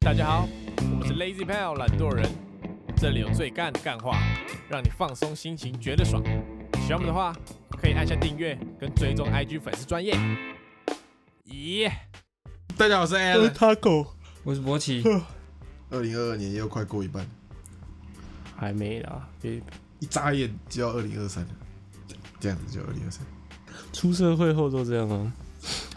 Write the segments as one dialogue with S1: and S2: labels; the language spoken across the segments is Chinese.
S1: 大家好，我们是 Lazy Pal 懒惰人，这里有最干的干话，让你放松心情，觉得爽。喜欢我们的话，可以按下订阅跟追踪 IG 粉丝专业。咦、
S2: 大家好，我是 Alan。
S1: Taco，
S3: 我是博奇，
S2: 二零二二年又快过一半，
S1: 还没啦，别
S2: 一眨眼就要二零二三了，这样子就二零二三。
S4: 出社会后都这样啊。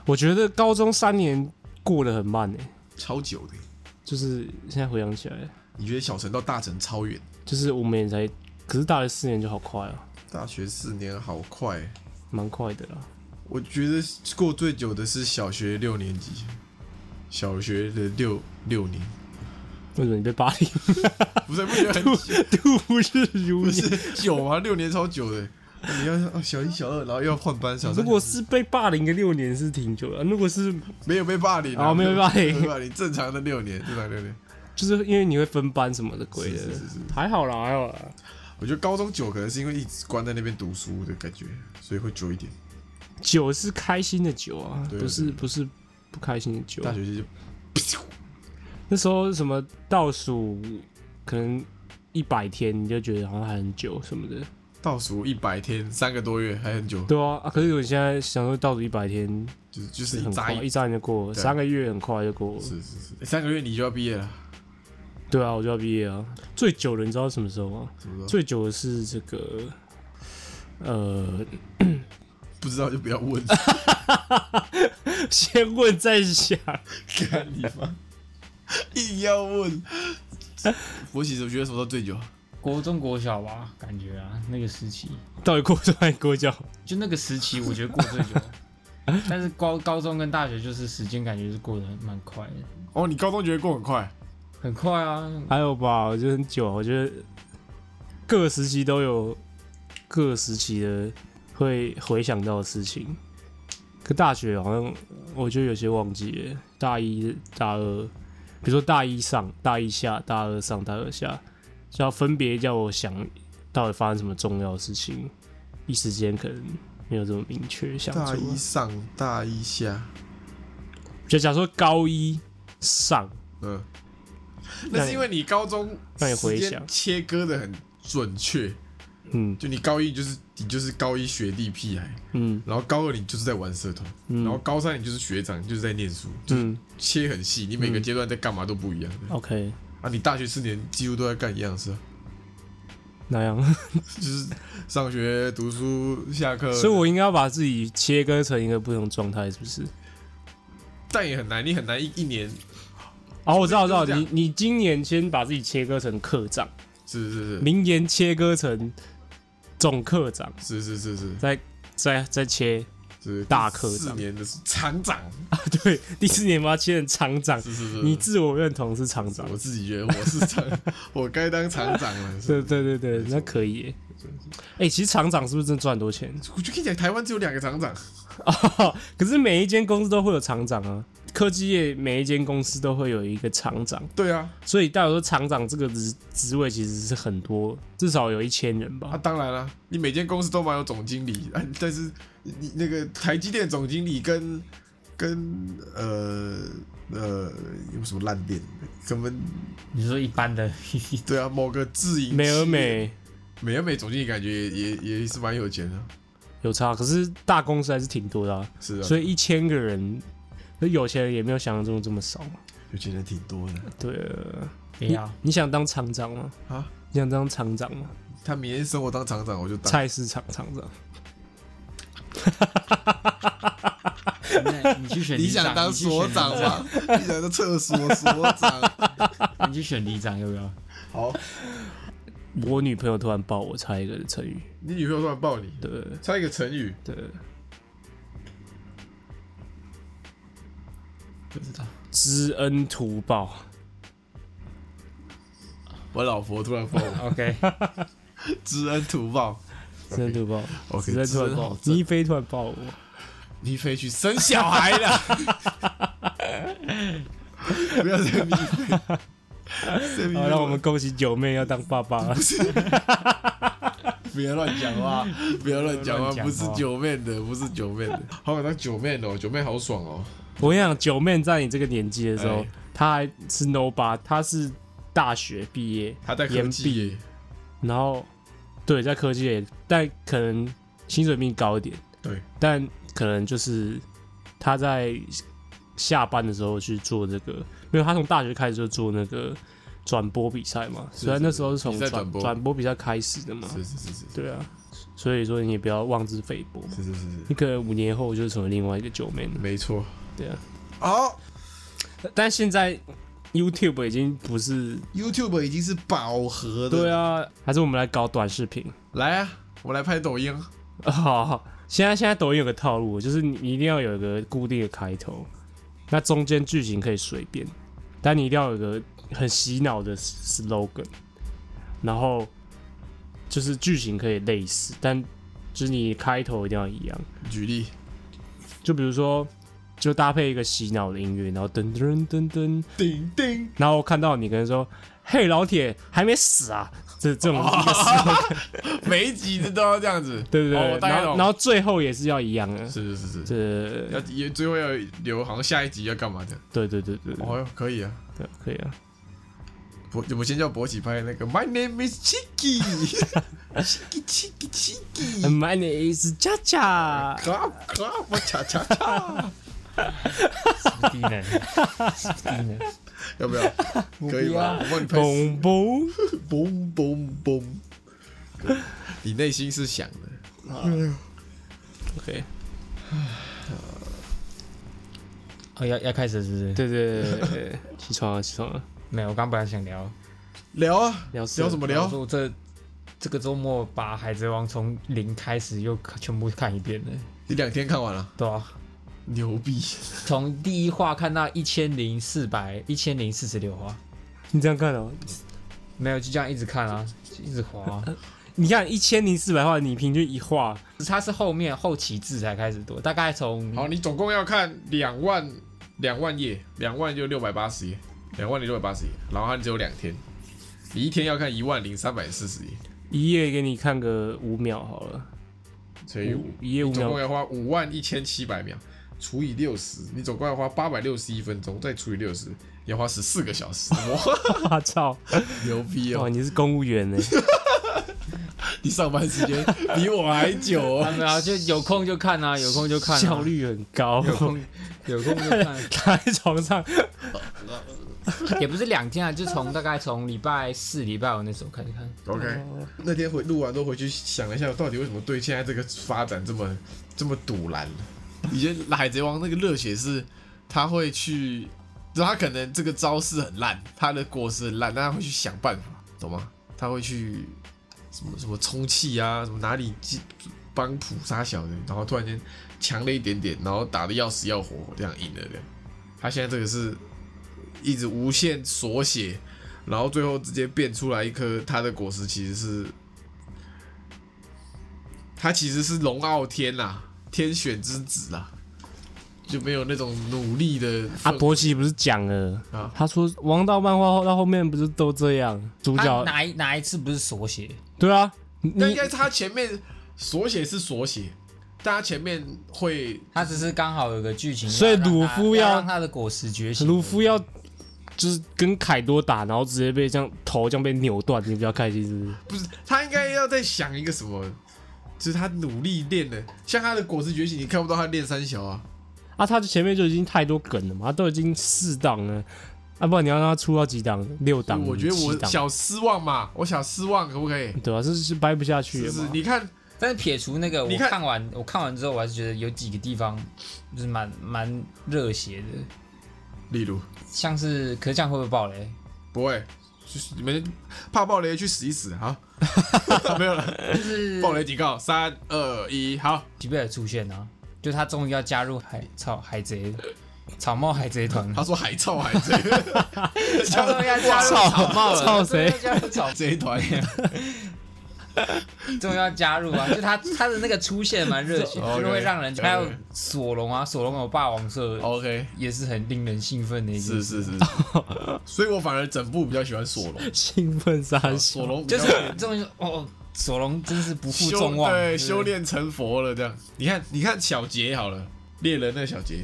S4: 我觉得高中三年过得很慢诶、欸
S2: 超久的耶。
S4: 就是现在回想起来，
S2: 你觉得小城到大城超远？
S4: 就是我们也才，可是大学四年就好快啊，
S2: 大学四年好快耶，
S4: 蛮快的啦。啊
S2: 我觉得过最久的是小学六年级，小学的六六年，
S4: 为什么你被霸凌？
S2: 不是不觉得很久
S4: 度日如
S2: 不
S4: 年。
S2: 是久吗？六年超久的耶。你要哦小一、小二，然后又要换班，小
S4: 如
S2: 三。
S4: 果是被霸凌个六年是挺久的，如果是
S2: 没有被霸凌啊，
S4: 哦没有被霸凌
S2: 没有被霸凌，正常的六年，正常六年。
S4: 就是因为你会分班什么的鬼的，
S2: 是是是是
S4: 还好啦，还好啦。
S2: 我觉得高中久可能是因为一直关在那边读书的感觉，所以会久一点。
S4: 酒是开心的酒啊，
S2: 对啊
S4: 不是
S2: 对啊
S4: 不是不开心的酒。
S2: 大学就
S4: 那时候什么倒数可能一百天，你就觉得好像还很久什么的。
S2: 倒数一百天，三个多月，还很久，
S4: 对啊，啊可是我现在想说倒数一百天
S2: 就是就是一
S4: 很
S2: 眨
S4: 快，
S2: 眼
S4: 一，眨眼就过了，
S2: 对啊
S4: 三个月很快就过了。
S2: 是是是，欸三个月你就要毕业了，
S4: 对啊，我就要毕业啊。最久的你知道什么时候吗？
S2: 怎么说？
S4: 最久的是这个，呃，
S2: 不知道就不要问，
S4: 先问再想。
S2: 看你妈，硬要问。我其实我觉得什么时候最久？
S3: 国中国小吧，感觉啊，那个时期，
S4: 到底过多还过久？
S3: 就那个时期，我觉得过最 久。但是高高中跟大学就是时间感觉是过得蛮快的，
S2: 哦，你高中觉得过很快，
S3: 很快啊，
S4: 还有吧，我觉得很久啊。我觉得各时期都有各时期的会回想到的事情。可大学好像我觉得有些忘记了，大一、大二，比如说大一上、大一下、大二上、大二下，就要分别叫我想到底发生什么重要的事情，一时间可能没有这么明确想出
S2: 大
S4: 来。
S2: 一上大一下，
S4: 就假如说高一上，
S2: 嗯，那是因为你高中
S4: 让你回
S2: 时
S4: 想
S2: 间切割的很准确，
S4: 嗯
S2: 就你高一就是你就是高一学弟屁孩，
S4: 嗯
S2: 然后高二你就是在玩社团，
S4: 嗯，
S2: 然后高三你就是学长，你就是在念书，就是
S4: 嗯
S2: 切很细，你每个阶段在干嘛都不一样。
S4: ，OK，
S2: 啊，你大学四年几乎都在干一样的事啊，
S4: 那样。
S2: 就是上学、读书、下课。
S4: 所以我应该要把自己切割成一个不同状态，是不是？
S2: 但也很难，你很难一一年，
S4: 哦，我知道，我知道，
S2: 就是这样
S4: 你你今年先把自己切割成课长，
S2: 是是
S4: 明年切割成总课长，
S2: 是是是是是
S4: 再再再切，
S2: 是
S4: 大课
S2: 四
S4: 长
S2: 年的厂长，
S4: 对，第四年把它切成厂长，
S2: 是是是，
S4: 你自我认同是厂长
S2: 我，自己觉得我是厂， 我该当厂长了。
S4: 对
S2: 是，
S4: 对对对，那可以耶。哎、其实厂长是不是真的赚很多钱？
S2: 我就跟你讲，台湾只有两个厂长，
S4: 可是每一间公司都会有厂长啊，科技业每一间公司都会有一个厂长，
S2: 对啊，
S4: 所以代表说厂长这个职职位其实是很多，至少有一千人吧。
S2: 啊，当然了，你每间公司都蛮有总经理， 啊，但是你你那个台积电总经理跟跟呃呃有什么烂店，根本
S3: 你说一般的，
S2: 对啊，某个自营
S4: 美而
S2: 企业
S4: 美
S2: 美而美总经理感觉也也也是蛮有钱的，
S4: 有差，可是大公司还是挺多的、啊，
S2: 是啊，
S4: 所以一千个人，那有钱人也没有想象中这么少嘛。
S2: 有钱人挺多的
S4: 对啊，
S3: 不
S4: 你
S3: 要
S4: 你想当厂长吗？
S2: 啊。
S4: 你想当厂长吗？
S2: 他明天升我当厂长，我就当。
S4: 菜市场厂长，
S3: 那你去选
S2: 你
S3: 里长，
S2: 想当
S3: 去选里
S2: 所长 吗？你想当厕所所长？
S3: 长？你去选里长要不要？
S2: 好，
S4: 我女朋友突然抱我，猜一个成语。
S2: 你女朋友突然抱你，
S4: 对
S2: 猜一个成语，
S4: 对，
S3: 不知道，
S4: 知恩图报。
S2: 我老婆突然抱我，
S3: OK，
S2: 知恩图报。
S4: 知恩图报
S2: OK，
S4: 知恩
S2: 知
S4: 图
S2: 恩
S4: 报
S2: 好。正
S4: 倪飞突然抱我，
S2: 你飞去生小孩 了，不要再你 飞。生
S4: 好，让我们恭喜九妹要当爸爸了。
S2: 不要乱讲话，不要乱讲话
S3: 不要乱，讲话
S2: 不是九妹的，不是九妹的，好想当九妹哦，九妹好爽哦，
S4: 我跟你讲，九妹在你这个年纪的时候
S2: 哎，
S4: 她他还是 no 八，他是大学毕业，
S2: 他在科
S4: 研
S2: 技
S4: 毕，
S2: 业，
S4: 然后对，在科技也，但可能薪水比你高一点，
S2: 对，
S4: 但可能就是他在下班的时候去做这个，没有，他从大学开始就做那个转播比赛嘛，虽然那时候是从
S2: 比赛转
S4: 转
S2: 播
S4: 转播比赛开始的嘛，
S2: 是是是是
S4: 对啊，所以说你也不要妄自菲薄，
S2: 是是是
S4: 你
S2: 是，
S4: 可能五年后就是成为另外一个九妹了，
S2: 没错。
S4: 对啊，
S2: 好
S4: 但现在 YouTube 已经不是
S2: ，YouTube 已经是饱和的，
S4: 对，啊，还是我们来搞短视频。
S2: 来啊，我来拍抖音啊，
S4: 好好，现在现在抖音有个套路，就是你你一定要有一个固定的开头，那中间剧情可以随便，但你一定要有一个很洗脑的 slogan，然后就是剧情可以类似，但就是你开头一定要一样。
S2: 举例，
S4: 就比如说，就搭配一个洗脑的音乐，然后噔噔噔噔，
S2: 叮叮，
S4: 然后看到你跟人说：“嘿，老铁，还没死啊！”这 这种
S2: 每一集都要这样子，
S4: 对对
S2: 哦
S4: 对，
S2: 我大概
S4: 然后
S2: 懂
S4: 然后最后也是要一样的，
S2: 是是是是，
S4: 这
S2: 要也最后要留，好像下一集要干嘛的，
S4: 对对对对对
S2: 哦哟，可以啊。
S4: 对，可以啊。
S2: 我我先叫博奇拍那个 My name is Chicky，Chicky Chicky Chicky，
S4: My name is 佳佳。
S2: clap clap，我恰恰恰，
S3: 低能，低能。
S2: 要不要？可以吧？我帮你拍死，
S4: 嘣嘣，
S2: 嘣嘣嘣，你内心是想的，
S4: OK，
S3: 哦，要要开始了是不是？，
S4: 对对对对对，对起床了，起床了，
S3: 没有，我刚本来想聊，
S2: 聊啊
S4: 聊色
S2: 聊什么
S3: 我
S2: 聊？
S3: 说我这这个周末把《海贼王》从零开始又看全部看一遍了，
S2: 你两天看完了，
S3: 对啊，
S2: 牛逼！
S3: 从第一话看到一千零四百一千零四十六话，
S4: 你这样看哦，
S3: 没有就这样一直看啊，一直滑、啊。
S4: 你看一千零四百话，你平均一画，
S3: 它是后面后期字才开始多，大概从
S2: 好，你总共要看两万两万页，两万就六百八十页，两万零六百八十页，然后它只有两天，你一天要看一万零三百四十页，
S4: 一页给你看个五秒好了，
S2: 所以
S4: 五一页五
S2: 你总共
S4: 秒，
S2: 要花五万一千七百秒除以六十，你总共要花八百六十一分钟，再除以六十，要花十四个小时。哇，
S4: 我操！
S2: 牛逼
S4: 哇，
S2: 哦！
S4: 你是公务员呢？
S2: 你上班时间比我还久
S3: 啊
S2: 哦。
S3: 没有啊就有空就看啊，有空就看、啊，
S4: 效率很高，
S3: 有空有空就看，
S4: 躺在床上，
S3: 也不是两天啊，就从大概从礼拜四、礼拜五那时候开始看。
S2: OK，那天回录完都回去想了一下，我到底为什么对现在这个发展这么这么堵然？以前《海贼王》那个热血是，他会去，就他可能这个招式很烂，他的果实很烂，但他会去想办法，懂吗？他会去什么什么充气啊，什么哪里击帮普杀小的，然后突然间强了一点点，然后打的要死要活，这样赢了的。他现在这个是一直无限锁血，然后最后直接变出来一颗它的果实，其实是它其实是龙傲天啦、天选之子啊，就没有那种努力的
S4: 啊，
S2: 氛
S4: 博奇不是讲了
S2: 啊，
S4: 他说王道漫画后到后面不是都这样，主
S3: 他
S4: 角
S3: 哪一哪一次不是锁血？
S4: 对啊，
S2: 那应
S4: 你
S2: 该是他前面锁血是锁血，但他前面会
S3: 他只是刚好有个剧情要让他，
S4: 所以鲁夫要
S3: 要让他的果实觉醒。
S4: 鲁夫要就是跟凯多打，然后直接被这样头这样被扭断，你比较开心是不是？
S2: 不是他应该要在想一个什么，就是他努力练的，像他的果实觉醒，你看不到他练三小啊，
S4: 啊，他前面就已经太多梗了嘛，他都已经四档了，啊，不然你要让他出到几档？六档？
S2: 我觉得
S4: 七
S2: 我
S4: 档
S2: 小失望嘛，我小失望可不可以？
S4: 对啊，这是掰不下去
S2: 是不
S4: 了
S2: 是
S4: 嘛？？
S2: 你看
S3: 但是撇除那个，我
S2: 你看
S3: 看完我看完之后，我还是觉得有几个地方就是蛮蛮热血的，
S2: 例如
S3: 像是可是这样会不会爆雷？
S2: 不会，就是你们怕爆雷去死一死 好，没有了，
S3: 就是
S2: 爆雷警告，三二一，好，
S3: 吉贝尔出现啊，就他终于要加入海草海贼草帽海贼团，
S2: 他说海操海 贼，
S3: 他终于要加入
S4: 操
S3: 草帽了，
S4: 操谁
S3: 终于要加入草
S2: 贼团，
S3: 终于要加入啊！就他他的那个出现蛮热 血，
S2: 哦 OK
S3: 就会让人还有索隆啊，索隆有霸王色，
S2: ，OK，
S3: 也是很令人兴奋的一
S2: 哦是
S3: 个。
S2: 是是，所以我反而整部比较喜欢索隆，啊
S4: 兴奋啥？
S2: 索隆比
S3: 就
S2: 较
S3: 是终于哦，索隆真是不负众
S2: 修
S3: 望，
S2: 对
S3: 是
S2: 修炼成佛了这样。你看你看小杰好了，猎人那个小杰，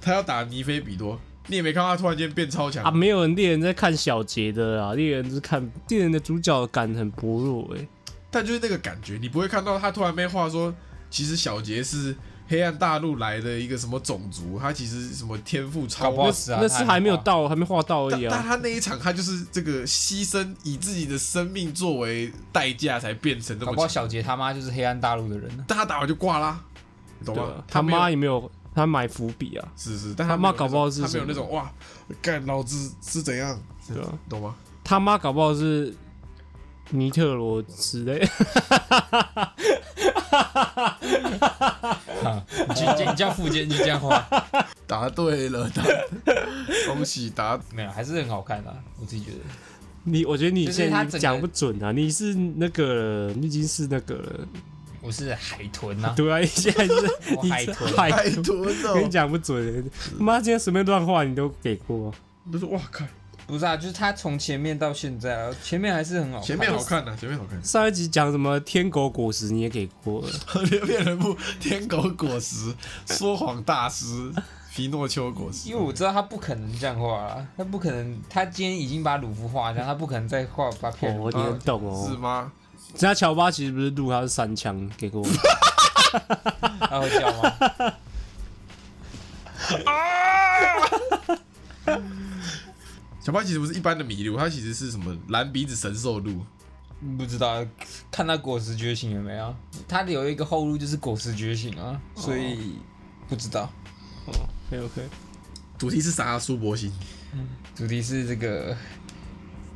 S2: 他要打尼菲比多，你也没看到他突然间变超强
S4: 啊，没有人猎人在看小节的啦，猎人是看猎人的主角感很薄弱哎、
S2: 但就是那个感觉，你不会看到他突然被话说，其实小杰是黑暗大陆来的一个什么种族，他其实什么天赋超
S3: 搞不好
S2: 棒。
S3: 是啊
S4: 那是还没有
S3: 他
S4: 到，还没画到而
S2: 但
S4: 已
S2: 但
S4: 啊。
S2: 他那一场，他就是这个牺牲，以自己的生命作为代价，才变成那
S3: 搞
S2: 么
S3: 不好
S2: 强。
S3: 小杰他妈就是黑暗大陆的人呢。
S2: 但他打完就挂啦，你懂
S4: 对
S2: 吗
S4: 啊，？他
S2: 没有
S4: 妈也没有，他埋伏笔啊，
S2: 是是，但
S4: 他
S2: 没有
S4: 妈搞不好是
S2: 那种他没有
S4: 什么
S2: 那种哇，干老子是怎样，
S4: 对啊，
S2: 懂吗？
S4: 他妈搞不好是尼特罗之类，
S3: 你去你叫富坚去这样画，
S2: 答对了，答 恭喜答
S3: 没有，还是很好看的啊，我自己觉得。
S4: 你我觉得你
S3: 就是
S4: 现
S3: 他
S4: 在
S3: 整个
S4: 讲不准啊，你是那个了，你已经是那个了，
S3: 我是海豚呐、
S4: 对啊，你现在是
S3: 我
S4: 你
S3: 海
S4: 是
S3: 豚
S4: 海
S2: 太
S4: 豚，
S2: 哎多
S4: 跟你
S2: 了。
S4: 讲不准欸，妈今天随便乱画你都给过啊，
S2: 不是哇靠，
S3: 不是啊，就是他从前面到现在啊，前面还是很好看，
S2: 前面好看呐，啊前面好看。
S4: 上一集讲什么天狗果实你也给过了，
S2: 骗人不？天狗果实，说谎大师，皮诺丘果实
S3: 因。为我知道他不可能这样画啦，他不可能，他今天已经把鲁夫画这样，他不可能再画把片
S4: 哦，
S3: 人。
S4: 你很懂
S2: 是
S4: 哦。
S2: 吗？
S4: 人家乔巴其实不是录他是三枪给 过我，
S3: 他会叫吗？
S2: 小巴其实不是一般的麋鹿，它其实是什么蓝鼻子神兽鹿，
S3: 不知道，看他果实觉醒了没有？他有一个后路就是果实觉醒啊，所以、不知道。
S4: 哦，OK OK，
S2: 主题是啥？苏博星。
S3: 主题是这个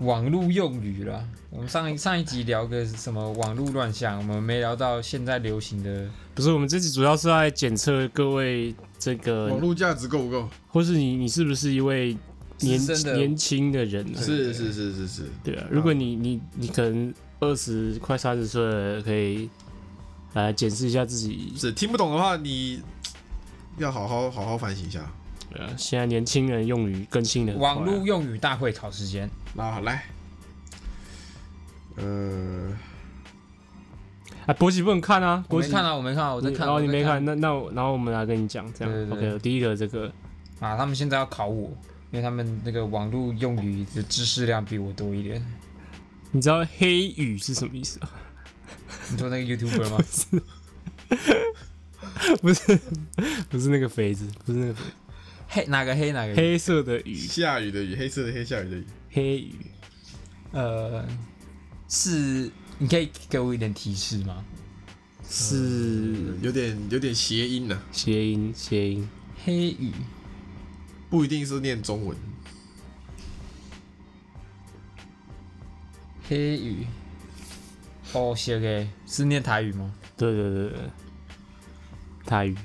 S3: 网络用语啦。我们上一上一集聊个什么网络乱象，我们没聊到现在流行的。
S4: 不是我们这集主要是在检测各位这个
S2: 网络价值够不够？
S4: 或是你你是不是一位年
S3: 资深的
S4: 年轻的人啊呢、
S2: 是是是是是，
S4: 对啊，如果你你你可能二十快三十岁了，可以来检视一下自己，
S2: 是听不懂的话，你要好好好好反省一下。
S4: 对啊，现在年轻人用语更新的
S3: 网络用语大会考时间，
S2: 那好来，呃，
S4: 啊，博喜不能看啊，
S3: 我
S4: 博
S3: 没
S4: 喜
S3: 看啊，我没看啊，我在
S4: 嗯
S3: 看。
S4: 然后你
S3: 我在
S4: 没看，那那我然后我们来跟你讲，这样
S3: 对对对
S4: OK。第一个这个
S3: 啊？他们现在要考我，因为他们那个网络用语的知识量比我多一点。
S4: 你知道黑语是什么意思啊？
S3: 你说那个 YouTuber 吗？
S4: 不是，不是那个肥子，不是那个肥子
S3: 黑 哪个黑哪个？
S4: 黑色的雨，
S2: 下雨的雨，黑色的黑，下雨的雨，
S4: 黑雨
S3: 呃，是你可以给我一点提示吗？
S4: 是
S2: 呃有点有点谐音啊呢、
S4: 谐音，谐音
S3: 黑语
S2: 不一定是念中文。
S3: 黑语，哦，写给是念台语吗？
S4: 对对对对，台语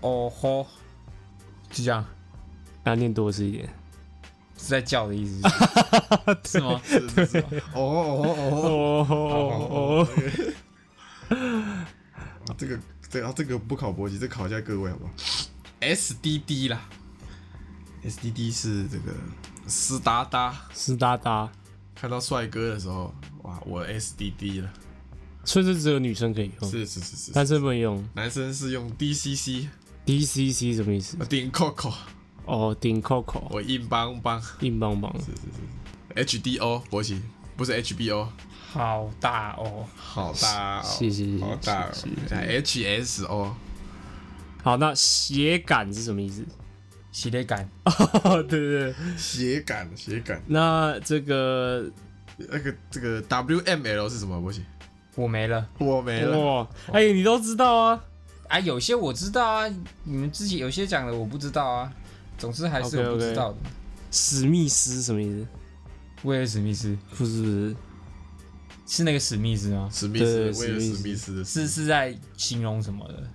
S3: 哦吼，就这样，
S4: 要念多是一点。
S3: 是在叫的意思是不是，是吗？
S2: 是是是哦哦哦哦哦。
S4: 哦哦哦，
S2: 这个这个、啊、这个不考搏击，这考一下各位好不好？SDD 啦，SDD 是这个斯达达，
S4: 湿哒哒，
S2: 看到帅哥的时候，哇，我 SDD 了，
S4: 所以这只有女生可以用，
S2: 是是是是
S4: 男
S2: 是，
S4: 生不能用。
S2: 男生是用 DCC
S4: DCC 什么意思？
S2: 顶呃 Coco，
S4: 哦，顶 Coco
S2: 我硬邦邦，是
S4: 硬邦邦，
S2: 是是是，HDO 搏击不是 HBO，
S3: 好大哦，
S2: 好大、哦，
S4: 是是是
S2: 好大、哦
S4: 是，
S2: HSO
S4: 好，那斜感是什么意 思？
S3: 系列感，
S4: 哦，对对对，
S2: 斜感斜感，
S4: 那这个
S2: 那个这个 WML 是什么？博奇，
S3: 我没了
S2: 我没了。
S4: 哇，哎，你都知道啊
S3: 啊，有些我知道啊，你们自己有些讲的我不知道啊，总之还是
S4: OK，OK
S3: 我不知道的。
S4: 史密斯什么意思？
S3: 威尔史密斯
S4: 不是不是，
S3: 是那个史密斯吗？
S2: 史密
S4: 对
S2: 斯，威尔
S4: 史密斯
S2: 史密斯的
S3: 是是在形容什么的？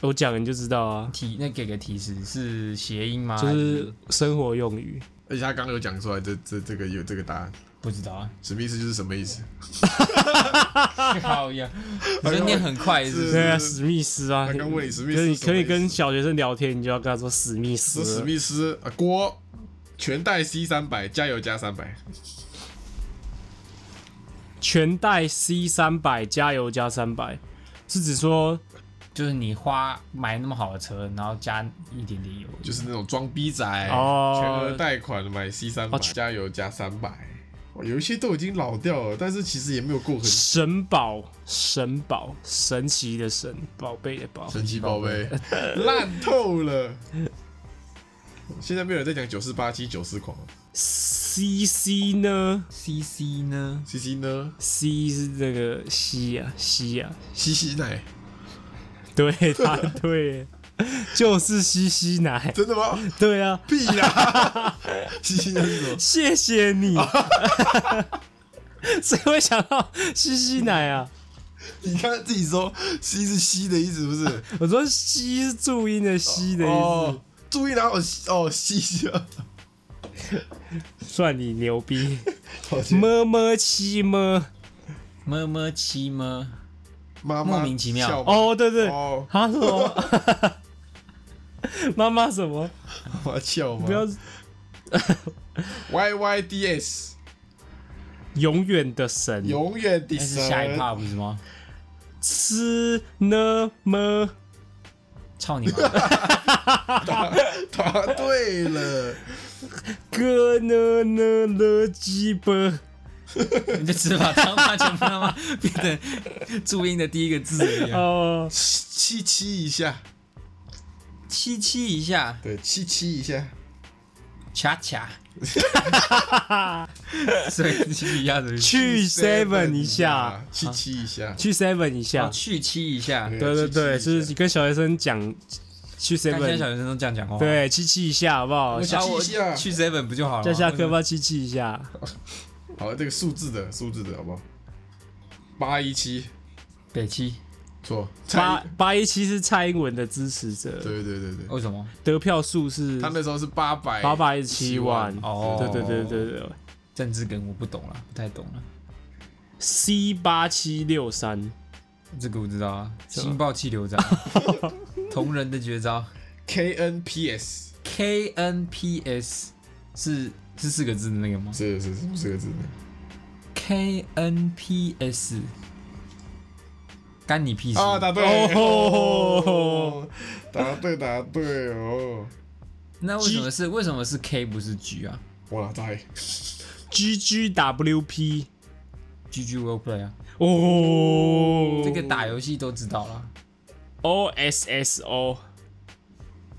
S4: 我讲你就知道啊，
S3: 提那给个提示是谐音
S2: 哎
S3: 吗？
S4: 就
S3: 还
S4: 是生活用语。
S2: 而且他刚刚有讲出来，这这这个有这个答案，
S3: 不知道啊。
S2: 史密斯就是什么意思？
S3: 好 呀，你说念很快是不是？
S4: 对啊，史密斯啊，
S2: 他刚问你史密斯
S4: 可以
S2: 什么
S4: 可以跟
S2: 意思
S4: 小学生聊天，你就要跟他说史密斯
S2: 说
S4: 了。
S2: 史密斯啊，锅全带 C 三百，加油加三百，
S4: 全带 C 三百加油加三百，是指说
S3: 就是你花买那么好的车，然后加一点点油，
S2: 就是那种装逼仔，
S4: 哦
S2: 全额贷款买 C 三百，加油加三百。哇有一些都已经老掉了，但是其实也没有过很
S4: 神宝，神宝，神奇的神，宝贝的宝。
S2: 神奇宝贝， 烂透了。现在没有人在讲九四八七九四狂了
S4: C C 呢
S3: CC 呢？
S2: ，C C 呢？
S4: ？C 是那个西啊西啊，
S2: 西西奶，
S4: 对，答对，就是西西奶。
S2: 真的 吗？
S4: 对啊，
S2: 屁啦！ 西西奶是什么？
S4: 谢谢你。 谁会想到西西奶啊？
S2: 你看自己说“西”是“西”的意思，不是？
S4: 我说西是注音的西的意思，
S2: 哦，注意哪有西哦，西啊！
S4: 算你牛逼。
S2: 好像
S4: 么么七么，
S3: 么么七么？
S2: 妈妈
S3: 莫名其妙
S2: 笑吧
S4: 哦，对对，
S2: 哦，
S4: 他什么？ 妈妈什么？
S2: 妈妈笑吗？
S4: 不要
S2: Y Y D S，
S4: 永远的神。
S2: 永远的
S3: 那是下一
S2: 神。
S3: 趴不是吗？
S4: 吃呢么？
S3: 操你妈！
S2: 答对了，
S4: 哥呢呢了鸡巴？
S3: 你就只把脏话全部他妈变成注音的第一个字而已啊。
S4: 哦，
S2: 七七一下，
S3: 七七一下，
S2: 对，七七一下，
S3: 恰恰， 所以七一下怎么？
S4: 去 seven 一
S2: 一
S4: 下，，
S2: 七七一下，
S4: 去 seven 一下
S3: 哦。去七一下。
S4: 对对对，
S2: 七七一
S4: 是
S2: 下
S4: 你跟小学生讲去
S3: 但现在
S4: seven，
S3: 小学生都这样讲话。，
S4: 对，七七一下好不好
S3: 我？想我
S2: 七一下
S3: 去 seven 不就好了吗？
S4: 在下课吧，七七一下。
S2: 好，这个数字的数字的好不好？八一七，
S3: 北七，
S2: 错，
S4: 八
S2: 蔡
S4: 八一七是蔡英文的支持者，
S2: 对对对对，
S3: 为什么？
S4: 得票数是
S2: 他那时候是八百
S4: 八百一十七万。
S3: 哦
S4: 对对对对对
S3: 政治梗我不懂了，不太懂了。
S4: ，C 八七六三。
S3: 这个我知道啊，
S4: 什么
S3: 星爆 气流招，同人的绝招
S2: K N P S，
S3: K N P S 是是四个字的那个吗
S2: 是是是四个字的
S3: ？K N P S 干你屁事！
S2: 啊，答对，
S4: 哦
S2: 哦，答对答对哦，
S3: 那为什么是为什么是 K 不是 G 啊
S2: 哇塞，
S4: G G W P，
S3: ？G G role play 啊，
S4: 哦，
S3: 这个打游戏都知道啦。
S4: O S S O，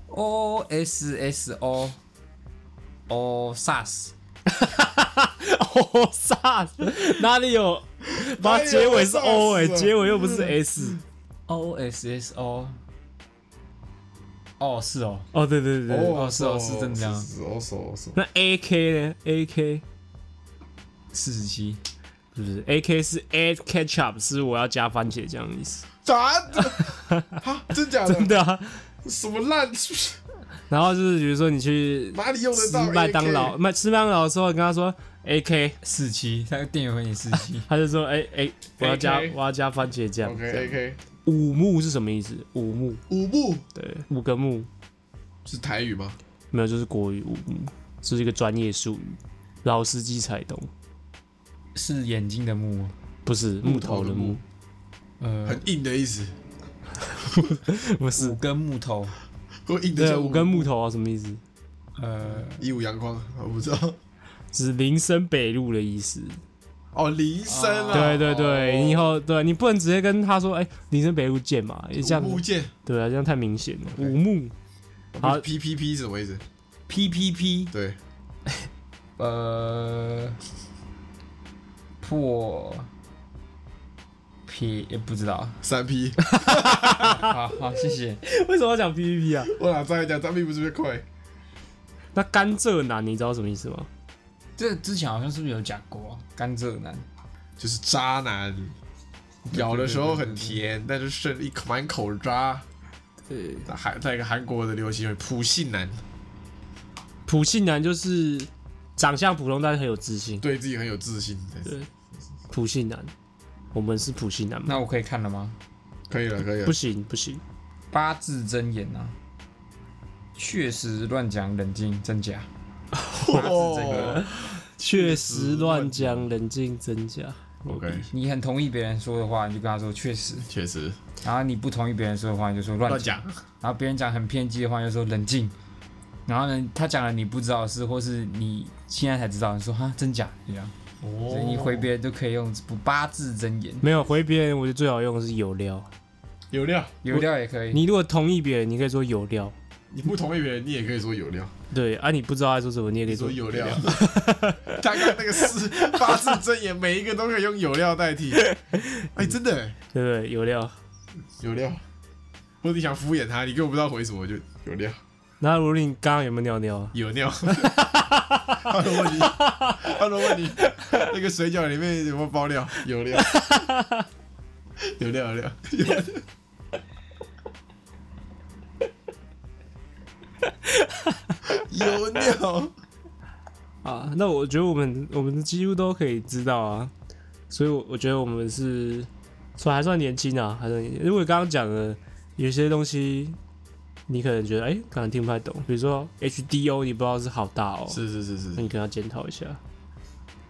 S3: O S S O O SAS
S4: 哦啥？哪里有？妈，
S2: 啊
S4: 结尾是 O 哎、结尾又不是 S。
S3: O S S O 哦是哦，
S4: 哦，对对对对
S3: 哦是哦是真的这样
S2: 是哦是哦是哦，
S4: 那 A K 呢？A K
S3: 四十七
S4: 是不是？A K 是 add ketchup，是我要加番茄酱的意 思。
S2: 答对，哈，真假的？
S4: 真的啊。
S2: 什么烂？
S4: 然后就是比如说你去
S2: 哪里用得
S4: 吃
S2: 到？
S4: 麦当劳，，麦吃麦当劳的时候，你跟他说 A K，
S3: 四七，他店员回你四 七。
S4: 他就说哎哎、我要加
S2: AK
S4: 我要加番茄酱。
S2: OK
S4: 这样
S2: OK，
S4: 五木是什么意思？五木
S2: 五步
S4: 对，五个木。
S2: 是台语吗？
S4: 没有，就是国语五木，这是一个专业术语。老司机才懂，
S3: 是眼睛的木吗，
S4: 不是木头的木，
S3: 呃，
S2: 很硬的意思，
S4: 不
S3: 五
S4: 是。
S3: 根木头，
S2: 我硬的
S4: 对，
S2: 像
S4: 五根木头啊，什么意思？
S3: 呃，
S2: 一五阳光，我不知道。
S4: 是林森北路的意思。
S2: 哦，林森啊，
S4: 对对对，你以后对啊你不能直接跟他说，哎、林森北路见嘛，这样
S2: 物件
S4: 对啊，这样太明显了。五木好
S2: ，P P P 是什么意思？
S3: P P P，
S2: 对，
S3: 呃，破撇也不知道。
S2: 三 P。
S3: 好好，谢谢。
S4: 为什么要讲 PPP 啊？
S2: 我哪再讲，三 P 不是越快？
S4: 那甘蔗男你知道什么意思吗？
S3: 这之前好像是不是有讲过啊甘蔗男？
S2: 就是渣男，咬的时候很甜，但是剩一口满口渣。
S4: 对，
S2: 那韩在一个韩国的流行语普信男，
S4: 普信男就是长相普通，但是很有自信。
S2: 对自己很有自信。
S4: 对，普信男，我们是普信男吗？
S3: 那我可以看了吗？
S2: 可以了，可以了
S4: 不。行不行，
S3: 八字真言啊，确实乱讲，冷静真假。八字真言，
S2: 哦
S4: 确实乱讲，冷静真假。
S2: OK，
S3: 你很同意别人说的话，你就跟他说确实；
S2: 确实
S3: 然后你不同意别人说的话，你就说乱
S2: 乱
S3: 讲。
S2: 讲，
S3: 然后别人讲很偏激的话，就说冷静。然后呢，他讲了你不知道的事，或是你现在才知道，你说哈真假这样，
S4: 哦
S3: 所以你回别人都可以用不八字真言，
S4: 没有回别人，我觉得最好用的是有料。
S2: 有料，
S3: 有料也可以。
S4: 你如果同意别人，你可以说有料。
S2: 你不同意别人，你也可以说有料，
S4: 对啊，你不知道他说什么，你也可
S2: 你
S4: 以
S2: 说
S4: 说
S2: 有料。他 刚那个四八字真言，每一个都可以用有料代替。哎，真的
S4: 对不对？有料。
S2: 有料，或者你想敷衍他，你根本不知道回什么，就有料
S4: 那如果你刚刚有没有尿尿啊？
S2: 有料。 他都问你， 他都问你那个水饺里面有没有包料，有料， 有料有料有料。 有料，
S4: 啊，那我觉得我们我们几乎都可以知道啊，所以我我觉得我们是算还算年轻啊，还算年轻。因为刚刚讲的有些东西，你可能觉得哎，可能听不太懂，比如说 HDO，你不知道是好大哦，
S2: 是是是是
S4: 那，你可能要检讨一下。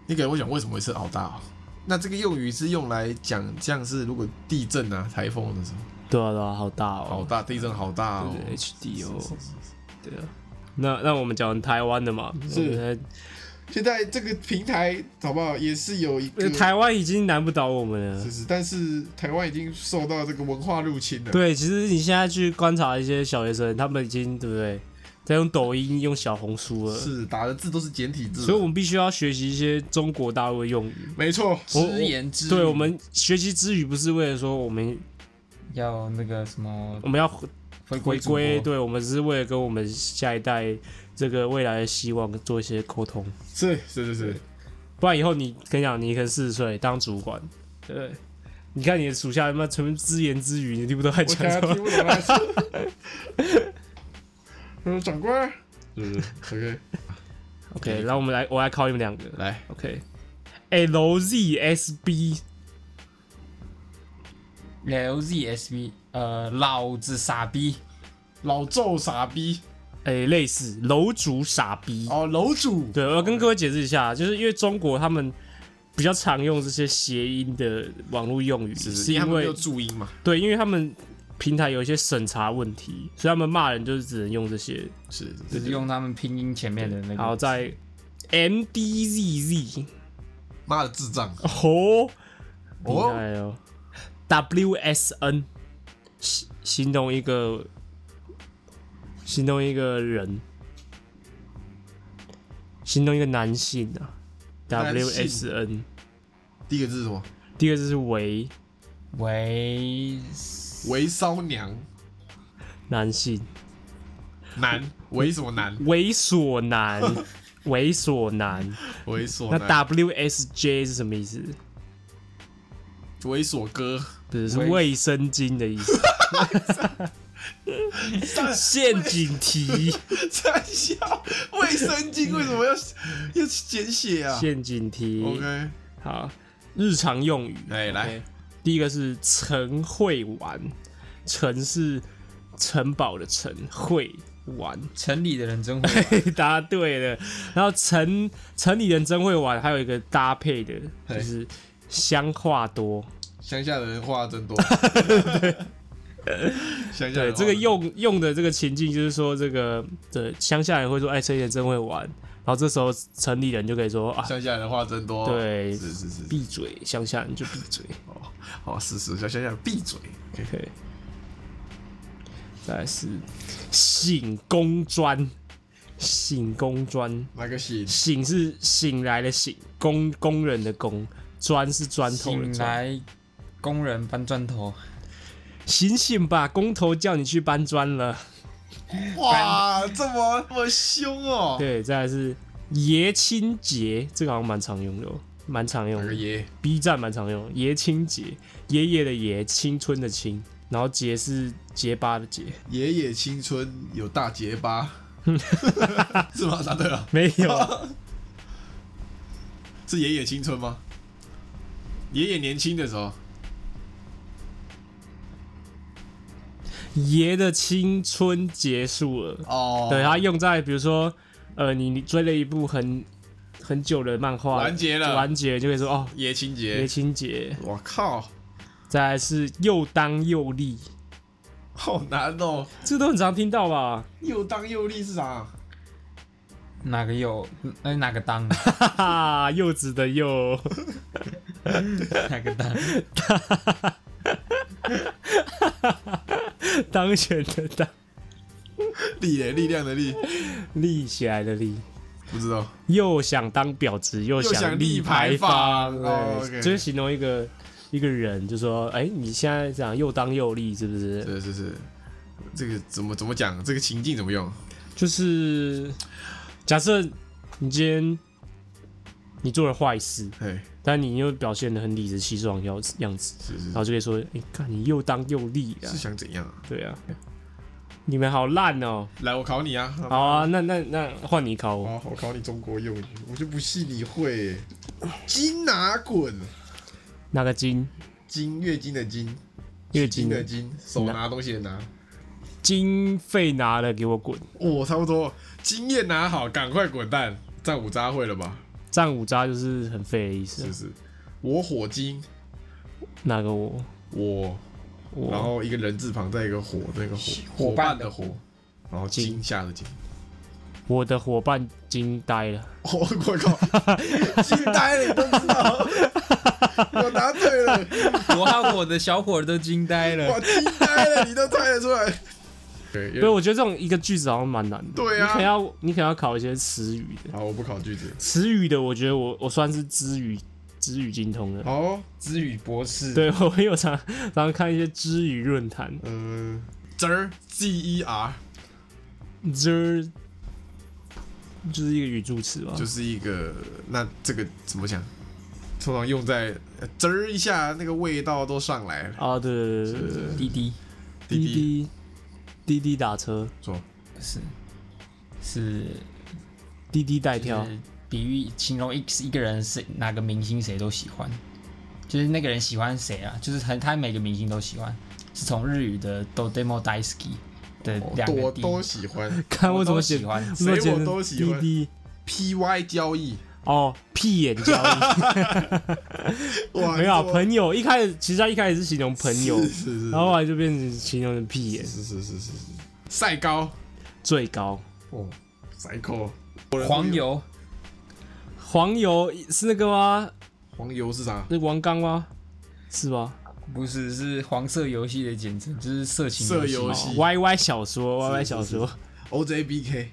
S2: 你给我讲为什么会是熬大、哦？那这个用语是用来讲，像是如果地震啊、台风的时候，
S4: 对啊对啊，好大哦，
S2: 好大地震好大哦
S4: 对。对 HDO，对啊。那那我们讲台湾的嘛，
S2: 是
S4: 我们
S2: 现在这个平台好不好，也是有一个
S4: 在台湾已经难不倒我们了
S2: 是。是，但是台湾已经受到这个文化入侵了。，
S4: 对，其实你现在去观察一些小学生，他们已经对不对，在用抖音、用小红书了。
S2: 是打的字都是简体字，
S4: 所以我们必须要学习一些中国大陆的用语。
S2: 没错，
S3: 知言之语，
S4: 对，我们学习之语不是为了说我们
S3: 要那个什么
S4: 我们要
S3: 回
S4: 回
S3: 归祖国
S4: 归，，对我们是为了跟我们下一代这个未来的希望做一些沟通。
S2: 是是是是，
S4: 不然以后你跟你讲，你可能四十岁当主管，对不对，你看你的属下他妈全部只言只语，你听不懂他
S2: 我
S4: 讲
S2: 才
S4: 什么
S2: 听。不 懂他啊说。他说长官，是是，OK，
S4: OK，然后我们来，我来考你们两个。
S2: 来
S4: OK。L Z S B，
S3: LZSB，呃，老子傻逼，
S2: 老纣傻逼
S4: 哎、类似楼主傻逼，
S2: 哦，楼主
S4: 对，我要跟各位解释一下，就是因为中国他们比较常用这些谐音的网络用语，是
S2: 因为他
S4: 因
S2: 们没有
S4: 为
S2: 注音嘛，
S4: 对，因为他们平台有一些审查问题，所以他们骂人就是只能用这些。
S2: 是是
S3: 就是用他们拼音前面的那个。
S4: 然后在 M D Z Z
S2: 妈的智障
S4: 哦，厉
S2: 哦，
S4: 害哦，W S N 形形容一个形容一个人，形容一个男性啊
S2: 男
S4: ，W
S2: 性
S4: S N。
S2: 第一个字是什么？
S4: 第二个就是为
S3: 喂，
S2: 为骚娘
S4: 男性，
S2: 男，为什么男？
S4: 猥 琐男，猥琐男。
S2: 猥琐
S4: 那
S2: 男，
S4: W S J 是什么意思？
S2: 猥琐哥，
S4: 不是，是
S3: 猥
S4: 卫生巾的意 思。陷阱题，
S2: 在笑卫生巾为什 么要要简写啊
S4: 陷阱题。
S2: ？OK，
S4: 好，日常用语。
S2: 哎来
S4: OK，第一个是晨会玩，晨是城堡的城，会玩。
S3: 城里的人真会 玩
S4: 答对了。然后城城里人真会玩，还有一个搭配的，
S2: 嘿
S4: 就是乡话多。
S2: 乡下的人话真多。乡下
S4: 对，
S2: 人
S4: 这个用用的这个情境就是说，这个对乡下人会说，哎，城里人真会玩。然后这时候城里人就可以说啊，
S2: 乡下人话真多。，
S4: 对，
S2: 是是是，
S4: 闭嘴，乡下人就闭嘴。
S2: 哦，好是是，叫乡下人闭嘴。OK，
S4: OK，再来是醒公专，醒公专，
S2: 那个醒
S4: 醒是醒来的醒，工工人的工，砖是砖头的
S3: 醒
S4: 砖。
S3: 来，工人搬砖头，
S4: 醒醒吧，工头叫你去搬砖了。
S2: 哇，这么这么凶哦。
S4: 对，再来是爷青节，这个好像蛮常用的、哦，蛮常用
S2: 哪个。
S4: 的
S2: 爷？
S4: B 站蛮常用的，爷青节，爷爷的爷，青春的青，然后节是结巴的结，
S2: 爷爷青春有大结巴， 是吗？答对了，
S4: 没 有
S2: 是爷爷青春吗？爷爷年轻的时候，
S4: 爷的青春结束了。
S2: 哦，
S4: 对，它用在比如说，呃，你你追了一部很很久的漫画
S2: 完结了
S4: 完结就会说哦，
S2: 爷青
S4: 叶
S2: 结，
S4: 青结，
S2: 我靠，
S4: 再来是又当又立，
S2: 好难哦！
S4: 这个都很常听到吧？
S2: 又当又立是啥？
S3: 哪个有？那哪个 当？
S4: 哈哈，啊柚子的柚，
S3: 哪个当？
S4: 当选的当，
S2: 力嘞，力量的力，
S4: 立起来的立，
S2: 不知道。
S4: 又想当婊子，又
S2: 又想立
S4: 立牌
S2: 牌坊
S4: 坊
S2: 哦
S4: 对
S2: OK
S4: 就是形容一个一个人，就说，哎、你现在这样又当又立，是不是？
S2: 是是是，这个怎么怎么讲？这个情境怎么用？
S4: 就是假设你今天你做了坏事，
S2: 嘿，
S4: 但你又表现的很理直气壮的样子样子，
S2: 是是
S4: 然后就可以说，哎、看你又当又立啊
S2: 是，想怎样啊？
S4: 对啊，你们好烂哦、
S2: 来，我考你啊！
S4: 好啊，那那那换你考我，
S2: 好，我考你中国用语，我就不信你会。金拿滚，
S4: 拿个金？
S2: 金月经的金，
S4: 月
S2: 金
S4: 经
S2: 的金，手拿东西的拿。
S4: 经费拿了，给我滚！
S2: 哦，差不多，经验拿好，赶快滚蛋！战五渣会了吧？
S4: 战五渣就是很废的意思
S2: 是。是，我火金，
S4: 哪个我？
S2: 我，然
S4: 我
S2: 后一个人字旁，再一个火，那个火
S3: 伙伴的
S2: 伙伴的火，然后金下的金。
S4: 我的伙伴惊呆了，
S2: 哦我我靠，惊呆了，你都知道， 我答对了，
S3: 我和我的小伙儿都惊呆了
S2: 我。惊呆了，你都猜得出来。
S4: 对，
S2: 对，
S4: 我觉得这种一个句子好像蛮难的。
S2: 对
S4: 你
S2: 啊
S4: 可能要你可能要考一些词语的，
S2: 好，我不考句子。
S4: 词语的，我觉得我我算是知语知语精通的。
S2: 好，哦
S3: 知语博士，
S4: 对，我有常常常看一些知语论坛
S2: 嗯，z r z e r
S4: ，zer 就是一个语助词吧，
S2: 就是一个，那这个怎么讲？通常用在呃滋儿一下，那个味道都上来了。
S4: 啊，对对对对对，
S3: 滴滴
S2: 滴
S4: 滴滴滴滴打车，
S2: 说
S3: 是是
S4: 滴滴带
S3: 就
S2: 啊
S4: 跳，
S3: 是比喻形容一一个人是哪个明星谁都喜欢，就是那个人喜欢谁啊，就是他他每个明星都喜欢，是从日语的 dodemo daisuki 的两
S2: 我
S3: 个 D，
S2: 都喜 欢
S4: 看我
S3: 我
S4: 怎么
S3: 都
S4: 写
S3: 喜，欢，
S4: 怎么
S2: 谁
S4: 写
S2: 我
S4: 成
S2: 都喜欢
S4: 滴滴
S2: PY 交易，
S4: 哦，屁眼交 易
S2: 哇，
S4: 没有啊
S2: 这么
S4: 朋友，一开始其实他一开始是形容朋友，
S2: 是是是
S4: 然后后来就变成形容成屁眼
S2: 是是是是是，赛高
S4: 最高。
S2: 哦，赛高
S3: 黄油
S4: 黄油是那个吗？
S2: 黄油是啥？
S4: 那王刚吗？是吧？
S3: 不是是黄色游戏的简称，就是色情
S2: 色游
S3: 游戏
S2: 戏
S4: 哦，Y Y 小说，Y Y
S2: 是
S4: 小说
S2: ，OJBK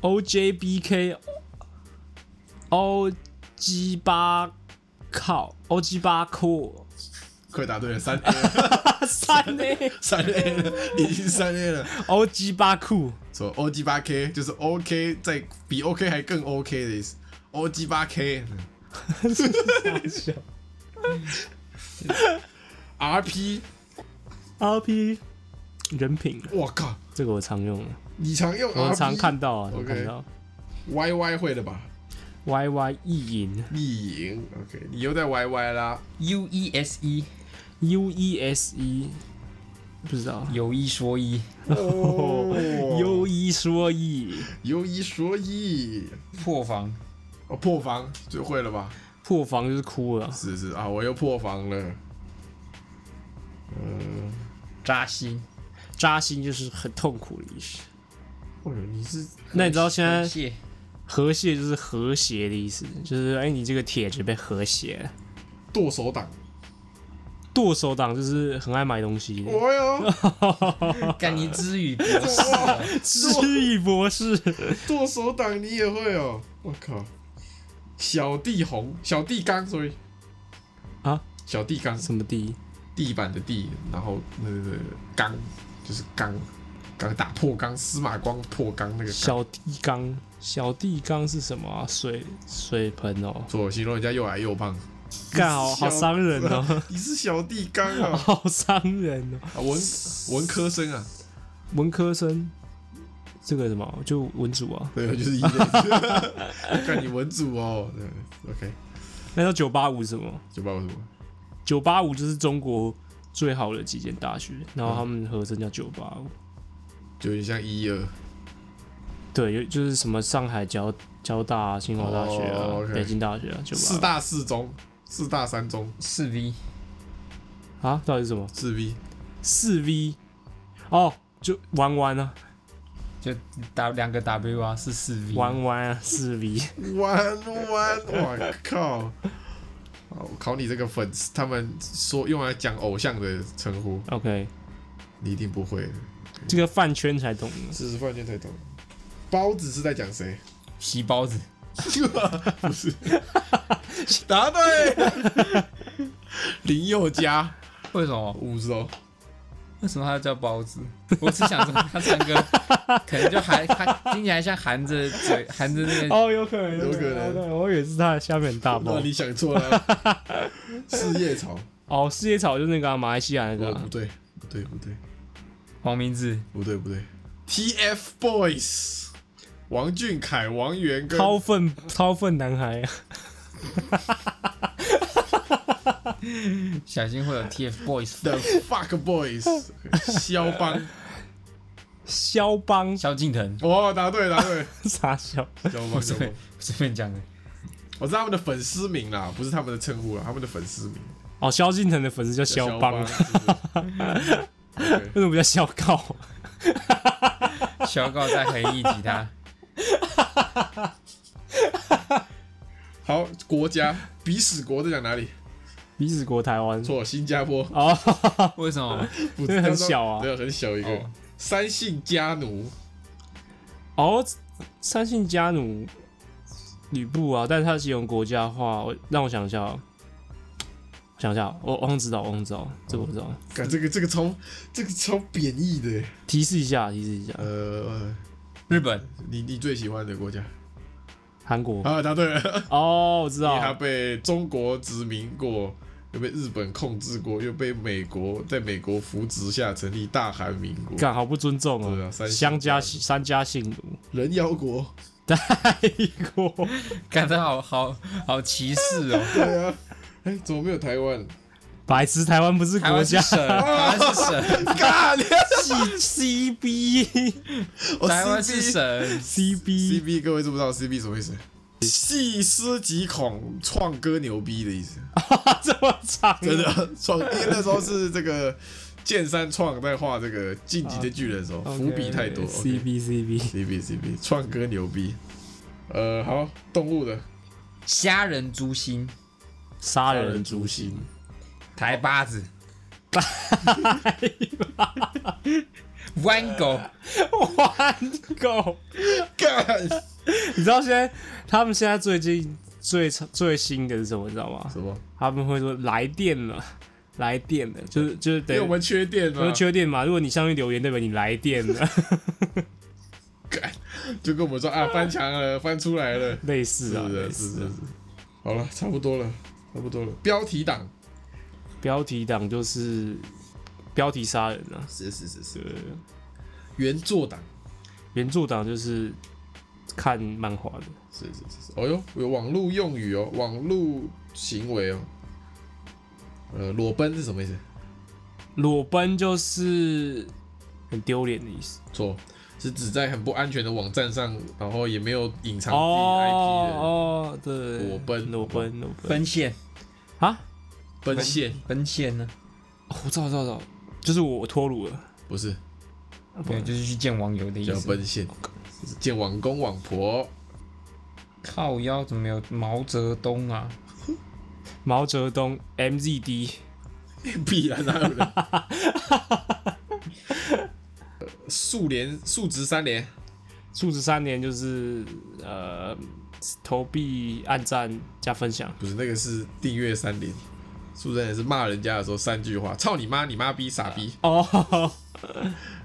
S4: ，O J B K O G 八靠，O G 八酷
S2: 快答对了，三 A
S4: 三呢
S2: 三 A 了，已经三 A 了。
S4: ，O G 八酷
S2: 说 OG 八 K 就是 OK 在比 OK 还更 OK 的意思，OG 八 K
S4: 笑。
S2: RP，
S4: R P 人品，
S2: 我靠，
S4: 这个我常用的，
S2: 你常用 RP，
S4: 我常看到啊，
S2: OK
S4: 常看到
S2: YY 会的吧？
S4: Y Y 意淫
S2: 意淫，OK，你又在 YY 啦，
S3: U E S E
S4: U E S E，不知道
S3: 有一说一，
S2: 哦
S4: ，U 一说一，
S2: 有一说一，
S3: 破防
S2: 哦，破防就会了吧？
S4: 破防就是哭了。
S2: 是是啊，我又破防了，嗯，
S3: 扎心，
S4: 扎心就是很痛苦的意思。
S2: 哦，你是
S4: 那你知道现在
S3: 猥亵
S4: 和谐就是和谐的意思，就是哎、你这个帖子被和谐了。
S2: 剁手党，
S4: 剁手党就是很爱买东西的，
S2: 我哟，
S3: 干你知语博士啊，
S4: 知语博士，
S2: 剁手党你也会哦，我靠，小弟红，小弟刚，sorry，
S4: 啊，
S2: 小弟刚，
S4: 什么地？
S2: 地板的地，然后那个刚就是刚，刚打破刚，司马光破刚那个刚，
S4: 小地缸，小地缸是什么啊？水水盆哦，
S2: 说形容人家又矮又胖，
S4: 干好好伤人哦，
S2: 你是小弟刚啊，
S4: 好伤人哦。
S2: 啊文文科生啊，
S4: 文科生，这个什么就文组啊，
S2: 对，就是一 类， 看你文组哦，对，OK，
S4: 那叫九八五什么？
S2: 九八五什么？
S4: 九八五就是中国最好的几间大学，然后他们合称叫九八五。
S2: 就有点像一二，
S4: 对，有就是什么上海交交大、啊、清华大学啊、
S2: 哦，OK
S4: 北京大学啊，就
S2: 四大四中、四大三中、
S3: 四 V
S4: 啊，到底是什么？
S2: 四 V
S4: 四 V 哦，就弯弯啊，
S3: 就 W 两个 W 啊，是四 V。
S4: 弯弯啊，四 V
S2: 弯弯， 我靠！好我考你这个粉丝，他们说用来讲偶像的称呼，
S4: OK，
S2: 你一定不会的。
S4: 这个饭圈才懂的
S2: 知识饭圈才懂。包子是在讲谁？
S3: 皮包子，
S2: 不是， 答对。 林宥嘉，
S3: 为什么？
S2: 五十哦。
S3: 为什么它叫包子？我只想说它唱歌，可能就含含听起来像含着嘴，含着那个
S4: 哦，有可能，
S2: 有可能
S4: 对，我以为是他的下面大包
S2: 那。你想错 了。四叶草，
S4: 哦，四叶草就是那个啊、马来西亚那个
S2: 哦，
S4: 啊、
S2: 不对，不对，不对，
S3: 黄明志。
S2: 不对，不对。TFBOYS，王俊凯、王源跟
S4: 掏粪掏粪男孩啊，
S3: 小心会有 TFBOYS。
S2: The Fuck Boys，肖邦。
S4: 肖邦
S3: 萧敬腾，
S2: 哦，答对，答 对，
S4: 傻笑。
S2: 肖
S3: 我
S2: 邦，肖
S3: 随
S2: 邦
S3: 便。随便讲的。
S2: 我知道他们的粉丝名啦，不是他们的称呼啦，他们的粉丝名。
S4: 哦，萧敬腾的粉丝叫肖邦，
S2: 是不是 OK
S4: 为什么不叫肖告？
S3: 小告在回忆吉他，
S2: 好，国家鼻屎国在讲哪里？
S4: 鼻子国台湾
S2: 错，新加坡，
S4: 哦，
S3: 为什么？
S2: 不
S4: 因为 很小啊
S2: 对，很小一个。
S3: 哦
S2: 三姓家奴，
S4: 哦，三姓家奴吕布啊，但是他是用国家话，我让我想一下、哦，我想一下哦，我我好像知道，我好像知道，这个我知道。
S2: 感这个这个超这个超贬义的。
S4: 提示一下，提示一下，
S2: 呃，
S3: 日本
S2: 你你最喜欢的国家？
S4: 韩国
S2: 啊，答对了，
S4: 哦，我知
S2: 因为它
S4: 道，
S2: 被中国殖民过，又被日本控制过，又被美国在美国扶植下成立大韩民国，
S4: 干好不尊重
S2: 对啊
S4: 哦，
S2: 三姓
S4: 相加
S2: 家奴
S4: 三家姓奴，
S2: 人妖国。
S4: 泰国
S3: 感觉好好好歧视哦。
S2: 对啊， 哎、怎么没有台湾？
S4: 白痴，台湾不是
S3: 台
S4: 国
S3: 湾是
S4: 家，
S3: 省，台湾是省，
S2: 干，
S4: C C B
S2: 我
S3: 台湾
S2: CB
S3: 是省。
S4: C B
S2: CB，各位知不知道 CB 什么意思？细思极恐，创歌牛逼的意思。
S4: 这么长，
S2: 真的啊创，因为那时候是这个剑三创在画这个晋级的巨人的时候，伏笔太多。
S4: C B C B
S2: CB CB 创歌牛逼。呃，好，动物的
S3: 虾仁猪心，
S4: 杀 人诛心，
S3: 台巴子，弯狗，
S4: 玩狗。
S2: 干
S4: 你知道现在他们现在最近最最新的是什么？你知道吗？
S2: 什么？
S4: 他们会说来电了，来电了，就是就是
S2: 因
S4: 等
S2: 为
S4: 于
S2: 我们缺电
S4: 因为
S2: 嘛，
S4: 缺电嘛。如果你上面留言，代表你来电了，
S2: 干就跟我们说啊，翻墙了，翻出来了，
S4: 类似
S2: 是
S4: 啊，
S2: 的，
S4: 类
S2: 是
S4: 似
S2: 的，
S4: 啊
S2: 是。的。好了，差不多了，差不多了。标题党
S4: 标题党就是标题杀人啊，
S2: 是是是是
S4: 对，
S2: 原作党
S4: 原著党就是看漫画的。
S2: 是是是是。哦哟，有网络用语哦，网络行为哦。呃，裸奔是什么意思？
S4: 裸奔就是很丢脸的意思。
S2: 错，是指在很不安全的网站上，然后也没有隐藏自己 IP 的。
S4: 哦哦，对，
S2: 裸奔
S4: 裸奔，裸奔
S3: 奔现，
S4: 啊！
S2: 奔现
S3: 奔现呢？
S4: 哦我知道，我知道，我知道，就是我脱乳了。
S2: 不是
S3: 没有，就是去见网友的意
S2: 叫
S3: 思。
S2: 奔现，是见网公网婆。
S3: 靠腰怎么有毛泽东啊？
S4: 毛泽东 MZD
S2: 必然哪有人？呃 数连数值三连，
S4: 数值三连就是呃投币、按赞、加分享。
S2: 不是那个是订阅三连。数值三连是骂人家的时候三句话：操你妈，你妈逼，傻逼。
S4: 哦，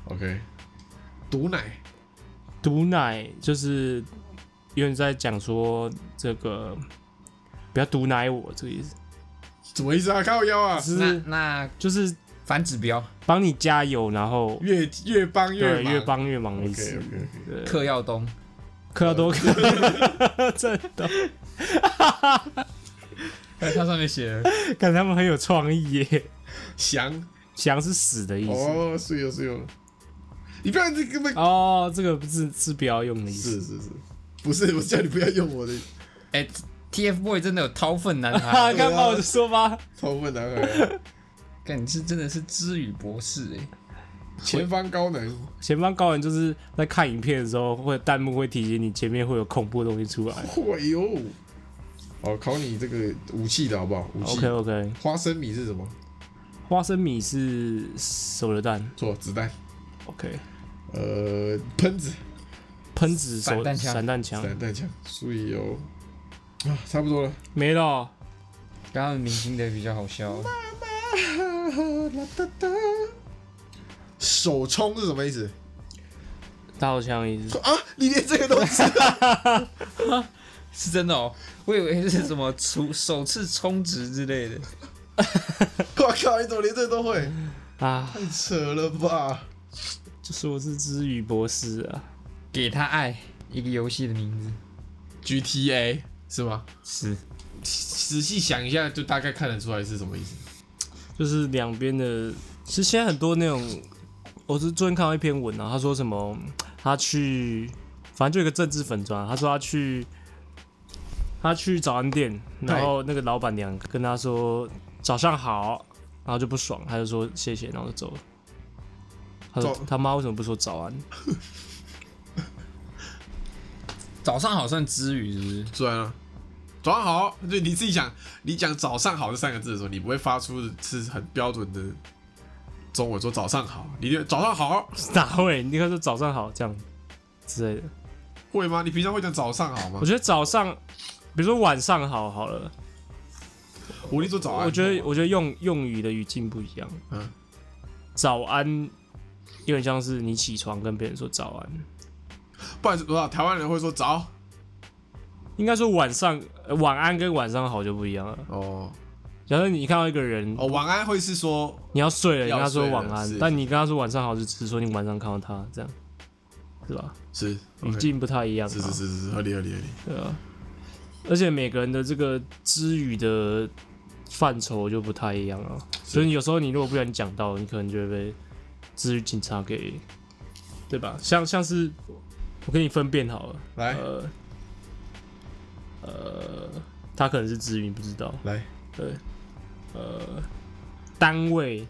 S2: OK，毒奶
S4: 毒奶就是有人在讲说这个不要毒奶我这个意思，
S2: 什么意思啊？靠腰啊！
S4: 就
S3: 那
S4: 是
S3: 那
S4: 就是
S3: 反指标，
S4: 帮你加油，然后
S2: 越越帮越
S4: 对
S2: 忙
S4: 越帮越忙的意
S2: OK
S4: 思
S2: OK。OK，
S4: 对
S3: 克耀东，
S4: 克劳多克， 真的，
S3: 它上面写了
S4: 感觉他们很有创意耶。
S2: 翔哦
S4: 翔是死的意思，
S2: 哦，是有是有。你不要这根本
S4: 哦，这个不是是不要用的意
S2: 是
S4: 思。
S2: 是是，不是我是叫你不要用我的
S3: 哎，TFBOY 真的有掏粪男
S4: 啊，
S3: 孩，
S4: 干嘛我就说吧，
S2: 头发男孩，
S3: 看你是真的是知语博士哎，
S2: 前方高能，
S4: 前方高人就是在看影片的时候，会弹幕会提醒你前面会有恐怖的东西出来。
S2: 嚯哟！哦，考你这个武器的好不好？武器
S4: OK OK，
S2: 花生米是什么？
S4: 花生米是手榴弹
S2: 错，子弹。
S4: ，OK，
S2: 呃，喷子、
S4: 喷子手
S3: 散弹枪
S4: 散弹枪
S2: 散弹枪，所以有啊，差不多了。
S4: 没了。哦
S3: 刚刚明星的比较好笑，
S2: 啊手冲是什么意思？
S4: 大号枪意思，
S2: 啊，你连这个都 知道？
S3: 是真的哦，我以为是什么除首次充值之类的。
S2: 我靠，你怎么连这个都会？
S4: 啊，
S2: 太扯了吧！
S4: 就说我是知语博士啊。
S3: 给他爱，一个游戏的名字
S2: GTA 是吗？
S3: 是
S2: 仔细想一下，就大概看得出来是什么意思。
S4: 就是两边的，其实现在很多那种，我是昨天看到一篇文啊，他说什么，他去，反正就有一个政治粉砖，啊他说他去，他去早餐店，然后那个老板娘跟他说早上好，然后就不爽，他就说谢谢，然后就走了。他说
S2: 早
S4: 他妈为什么不说早安？
S3: 早上好算知语是不是？
S2: 虽然啊，早上好，就你自己讲，你讲早上好这三个字的时候，你不会发出是很标准的中文说早上好，你就早上好
S4: 哪会？你看说早上好这样之类的。
S2: 会吗？你平常会讲早上好吗
S4: 我？觉得早上，比如说晚上好好了，
S2: 我啊跟你说早安，
S4: 我觉得我觉得用用语的语境不一样。
S2: 嗯
S4: 早安有点像是你起床跟别人说早安，
S2: 不然多少台湾人会说早
S4: 应该说晚上、呃晚安跟晚上好就不一样了。
S2: 哦
S4: 假设你看到一个人，
S2: 哦，晚安会是说
S4: 你要睡了，你
S2: 要
S4: 跟他说
S2: 睡了
S4: 晚安
S2: 是，
S4: 但你跟他说晚上好，就只是说你晚上看到他这样，是吧？
S2: 是
S4: 语
S2: OK，
S4: 境不太一样、啊，
S2: 是是是是是合理合理合理，
S4: 对啊。而且每个人的这个知语的范畴就不太一样啊，所以有时候你如果不小心讲到，你可能就会被知语警察给，对吧？像像是我给你分辨好了，
S2: 来
S4: 呃呃，他可能是知语，你不知道，
S2: 来，
S4: 对，呃，单位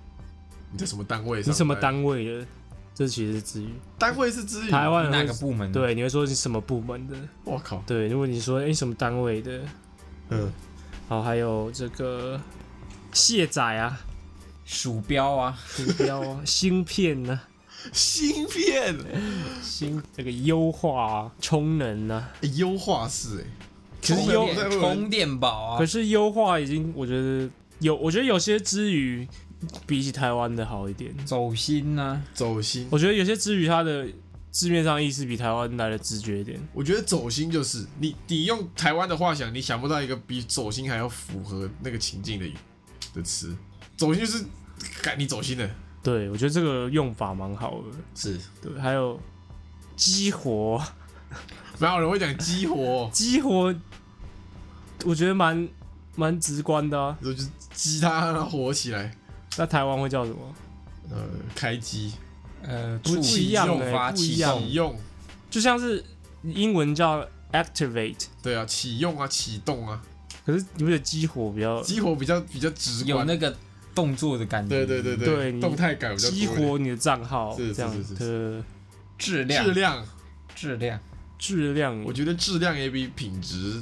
S2: 你在什么单位上班？
S4: 你什么单位的？这其实是知语，
S2: 单位是之语？
S4: 台湾人
S3: 哪
S4: 会
S3: 个部
S4: 嗯
S3: 门？，
S4: 对，你会说你什么部门的？
S2: 我靠，
S4: 对，如果你说哎、你什么单位的，
S2: 嗯，
S4: 好，还有这个卸载啊、
S3: 鼠标啊，
S4: 鼠标啊、芯片啊呢、
S2: 芯片
S4: 啊、芯这个优化啊、充能啊。
S2: 欸优化式哎，
S4: 可是
S3: 充
S4: 优，
S3: 电充电宝啊
S4: 可，是优化已经，我觉得有，我觉得有些之余比起台湾的好一点。
S3: 走心啊，
S2: 走心，
S4: 我觉得有些之余它的字面上意思比台湾来的直觉一点。
S2: 我觉得走心就是你，你用台湾的话想，你想不到一个比走心还要符合那个情境的语的词。走心就是赶你走心的，
S4: 对，我觉得这个用法蛮好的。
S2: 是
S4: 对，还有激活，啊
S2: 没有人会讲激活，
S4: 激活，我觉得蛮蛮直观的啊。
S2: 你说就是激他让他火起来，
S4: 那台湾会叫什么？
S2: 呃，开机
S3: 呃，
S4: 不
S3: 触
S4: 一样
S3: 用
S4: 欸
S3: 发
S4: 不一
S3: 启
S4: 样
S2: 启
S3: 动，
S2: 用，
S4: 就像是英文叫 activate，
S2: 对啊，启用啊，启动啊，
S4: 可是你不觉得激活比较
S2: 激活比较比较直
S3: 有
S2: 观，
S3: 那个动作的感觉，
S2: 对对对
S4: 对你
S2: 动态感比较多一
S4: 激
S2: 点
S4: 活你的账号
S2: 是是
S4: 这样
S2: 是是
S4: 的
S3: 质量
S2: 质量，
S3: 质量，
S4: 质量
S2: 我？觉得质量也比品质，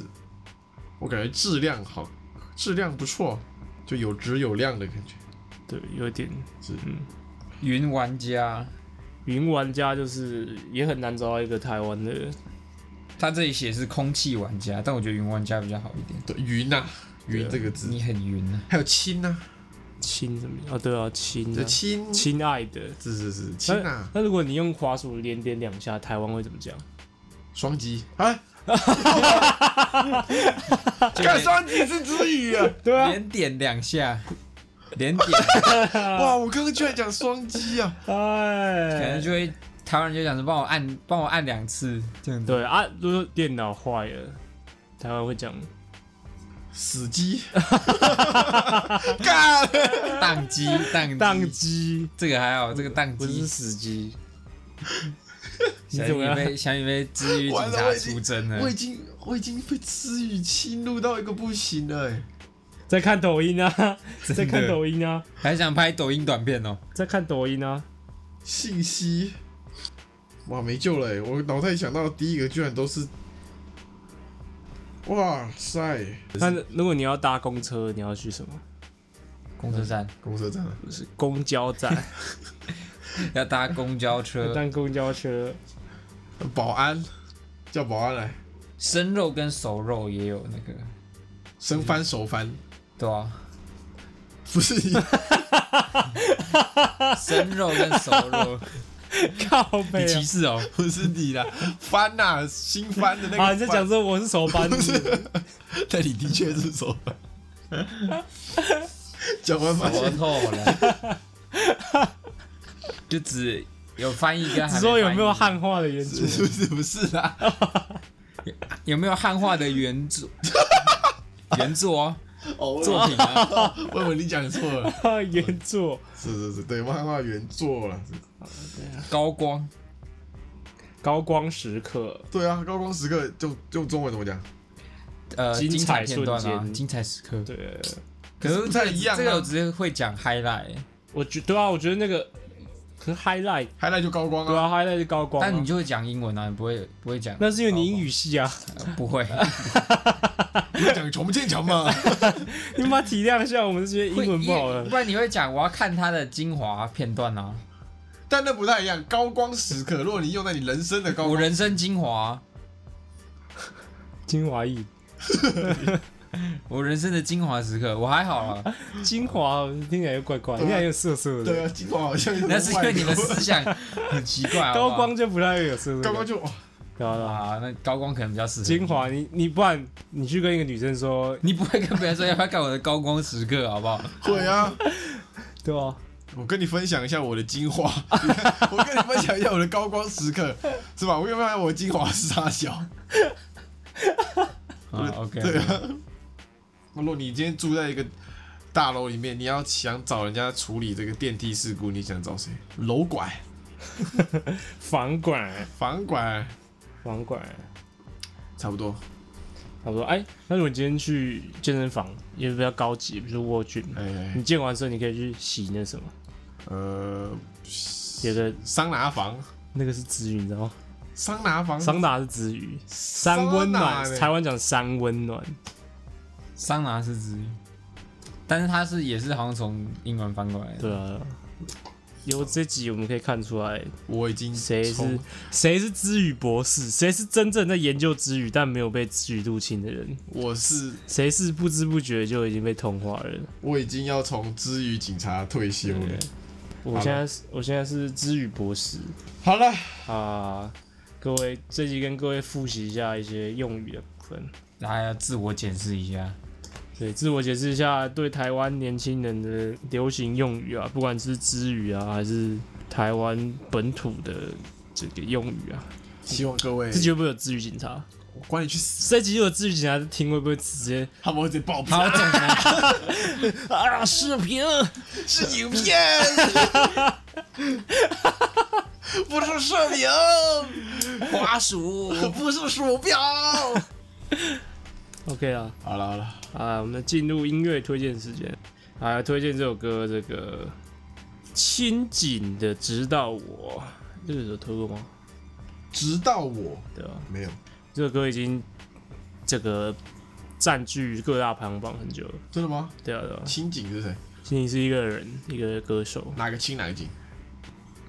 S2: 我感觉质量好，质量不错，就有质有量的感觉。
S4: 对，有点
S2: 是
S4: 嗯。
S3: 云玩家，
S4: 云玩家就是也很难找到一个台湾的，
S3: 他这里写是空气玩家，但我觉得云玩家比较好一点。
S2: 对，云呐、
S4: 啊
S2: 云这个字，
S3: 你很云啊，
S2: 还有亲呐、
S4: 亲什么啊？对啊，亲
S2: 这
S4: 啊哎
S2: 亲，
S4: 亲爱的。
S2: 是是是，亲啊呐、
S4: 那如果你用滑鼠连点两下，台湾会怎么讲？
S2: 双击，哎，看双击是之语 啊！
S4: 对啊，
S3: 连点两下，连点，
S2: 哇，我刚刚居然讲双击啊！
S3: 可能
S4: 哎，
S3: 就会台湾人就想说帮我按，帮我按两次这样子。
S4: 对啊，如果电脑坏了，台湾会讲
S2: 死机，
S4: 哎
S2: 干，
S3: 宕机，宕
S4: 宕机，
S3: 这个还好，这个宕
S4: 不是
S3: 机
S4: 死机，你
S3: 小
S4: 怎么
S3: 雨
S4: 样？
S3: 被小雨被治愈警
S2: 完了
S3: 察
S2: 我已经
S3: 出征了
S2: 我，已经我已经被词语侵入到一个不行了、欸。
S4: 在看抖 音啊，
S3: 真
S4: 在看
S3: 的
S4: 抖音啊，
S3: 还想拍抖音短片哦。
S4: 在看抖音啊。
S2: 信息，哇，没救了、欸！我脑袋想到的第一个居然都是，哇塞，
S4: 那如果你要搭公车，你要去什么？
S3: 公车站
S2: 公车站啊，
S4: 就是公交 站，
S3: 要搭公交 车，
S4: 但公交车
S2: 保安叫保安来，
S3: 生肉跟熟肉也有那个，
S2: 生翻手翻，
S3: 对啊，
S2: 不是你
S3: 生肉跟熟 肉，
S4: 靠背
S3: 你
S4: 啊
S3: 歧！视 哦？
S2: 不是你 啦，翻呐、新翻的那个
S4: 啊，你在讲
S2: 翻，
S4: 说我是手 班，
S2: 但你的确是 手翻。讲完发
S3: 我
S2: 现
S3: 透了， 就只有翻译跟还
S4: 只
S3: 没
S4: 说有没有
S3: 翻
S4: 汉
S3: 译
S4: 化的原著？
S2: 是不是不是啦？
S3: 有没有汉化的原 作原作哦
S2: 哦，我
S3: 作品 啊？
S2: 我以为你讲错了，
S4: 原作
S2: 是是是，对，漫画原作了，
S3: 高光
S4: 高光时刻，
S2: 对啊，高光时刻就用中文怎么讲？
S3: 呃
S4: 精
S3: 精
S4: 彩
S3: 彩片段
S4: 瞬
S3: 啊，
S4: 间
S3: 精彩时刻。
S4: 对，
S3: 可是
S2: 不太一样啊
S3: 这个我直接会讲 highlight，
S4: 我觉对啊，我觉得那个可是 highlight，
S2: 还来就高光
S4: 对
S2: 啊，
S4: 啊，highlight 是高光啊，
S3: 但你就会讲英文啊，你不会不会讲
S4: 那是因为你英语系啊，
S3: 呃不会
S2: 不要讲穷不见强嘛。
S4: 你妈体谅一下我们这些 英文不好啊
S3: 会
S4: 的。
S3: 不然你会讲我要看他的精华片段啊，
S2: 但那不太一样，高光时刻，如果你用在你人生的高
S3: 我
S2: 光，
S3: 人生精华啊，
S4: 精华意，
S3: 我人生的精华时刻，我还好 啊，
S4: 精华听起来又怪怪，
S2: 对啊
S4: 听起来又涩涩
S2: 对
S4: 的。
S2: 啊，精华好像有
S3: 那是因为你的
S2: 外国
S3: 思想 很奇怪好不好
S4: 高光就不太会有涩涩感。
S2: 高光就哦哇
S4: 对啊，对啊
S3: 啊，那高光可能比较适合
S4: 精华，你你不然你去跟一个女生说，
S3: 你不会跟别人说要不要看我的高光时刻，好不好？
S2: 会啊。
S4: 对啊，
S2: 我跟你分享一下我的精华， 我跟你分享一下我的高光时刻，是吧？我跟你分享我的精华是啥小？
S3: 啊，OK，
S2: 对啊。那如果你今天住在一个大楼里面，你要想找人家处理这个电梯事故，你想找谁？楼管、
S4: 房管，
S2: 房管，
S4: 房管。
S2: 差不多。
S4: 他说，哎，那如果你今天去健身房，也比较高级，比如说卧举，
S2: 哎、
S4: 你健完身你可以去洗那什么，
S2: 呃，
S4: 有个
S2: 桑拿房，
S4: 那个是词语，你知道吗？
S2: 桑拿房，
S4: 桑拿是词语，三
S2: 嗯桑
S4: 温
S2: 拿
S4: 暖
S2: 嘞，
S4: 台湾讲三温暖，
S3: 桑拿是之一，但是它是也是好像从英文翻过来的。
S4: 对啊。由这集我们可以看出来，
S2: 我已经
S4: 谁
S2: 从
S4: 是谁是知语博士，谁是真正在研究知语但没有被知语入侵的人，
S2: 我是
S4: 谁是不知不觉就已经被同化的人。
S2: 我已经要从知语警察退休了。
S4: 我现在是我现在是知语博士
S2: 好了，
S4: 啊，各位这集跟各位复习一下一些用语的部分。
S3: 然后要自我检视一下，
S4: 对，自我解释一下对台湾年轻人的流行用语啊，不管是知语啊，还是台湾本土的这个用语啊，
S2: 希望各位
S4: 这集会不会有知语警察？
S2: 我管你去死，
S4: 这集有知语警察听会不会直接
S2: 他们会直接爆
S3: 好
S2: 炸，
S3: 总结，
S4: 啊视频？
S2: 是影片， 不是视频，
S3: 滑鼠，
S2: 不是鼠标。
S4: OK 啊，
S2: 好了好了，
S4: 啊，我们进入音乐推荐时间，啊，推荐这首歌这个清景的《直到我》，这个有推过吗？
S2: 直到我
S4: 对吧、
S2: 没有，
S4: 这首歌已经这个占据各大排行榜很久了，
S2: 真的吗？
S4: 对啊对啊。
S2: 清景是谁？
S4: 青青是一个人，一个歌手，
S2: 哪个清哪个景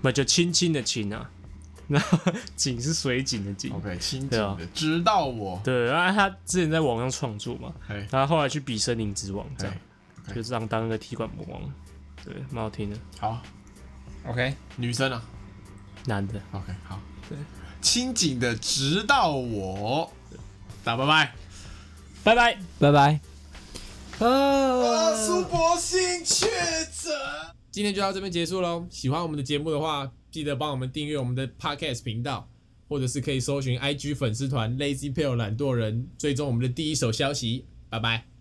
S4: 那就青青的青啊， 然后景是水景的景。
S2: ？OK，清景
S4: 对啊
S2: 的，直到我，
S4: 对，然后他之前在网上创作嘛，
S2: 哎
S4: 然后后来去比森林之王，这样
S2: 哎，哎
S4: 就这样当一个踢馆魔王，对，蛮好听的，
S2: 好，
S3: OK，
S2: 女生啊
S4: 男的，
S2: ，OK，好，
S4: 对，
S2: 清景的直到我，那拜拜。
S4: 拜拜。
S3: 拜拜。
S2: 呃，苏博新确诊。
S1: 今天就到这边结束喽。喜欢我们的节目的话，记得帮我们订阅我们的 Podcast 频道，或者是可以搜寻 IG 粉丝团 Lazy p a l e 懒惰人，追踪我们的第一手消息。拜拜。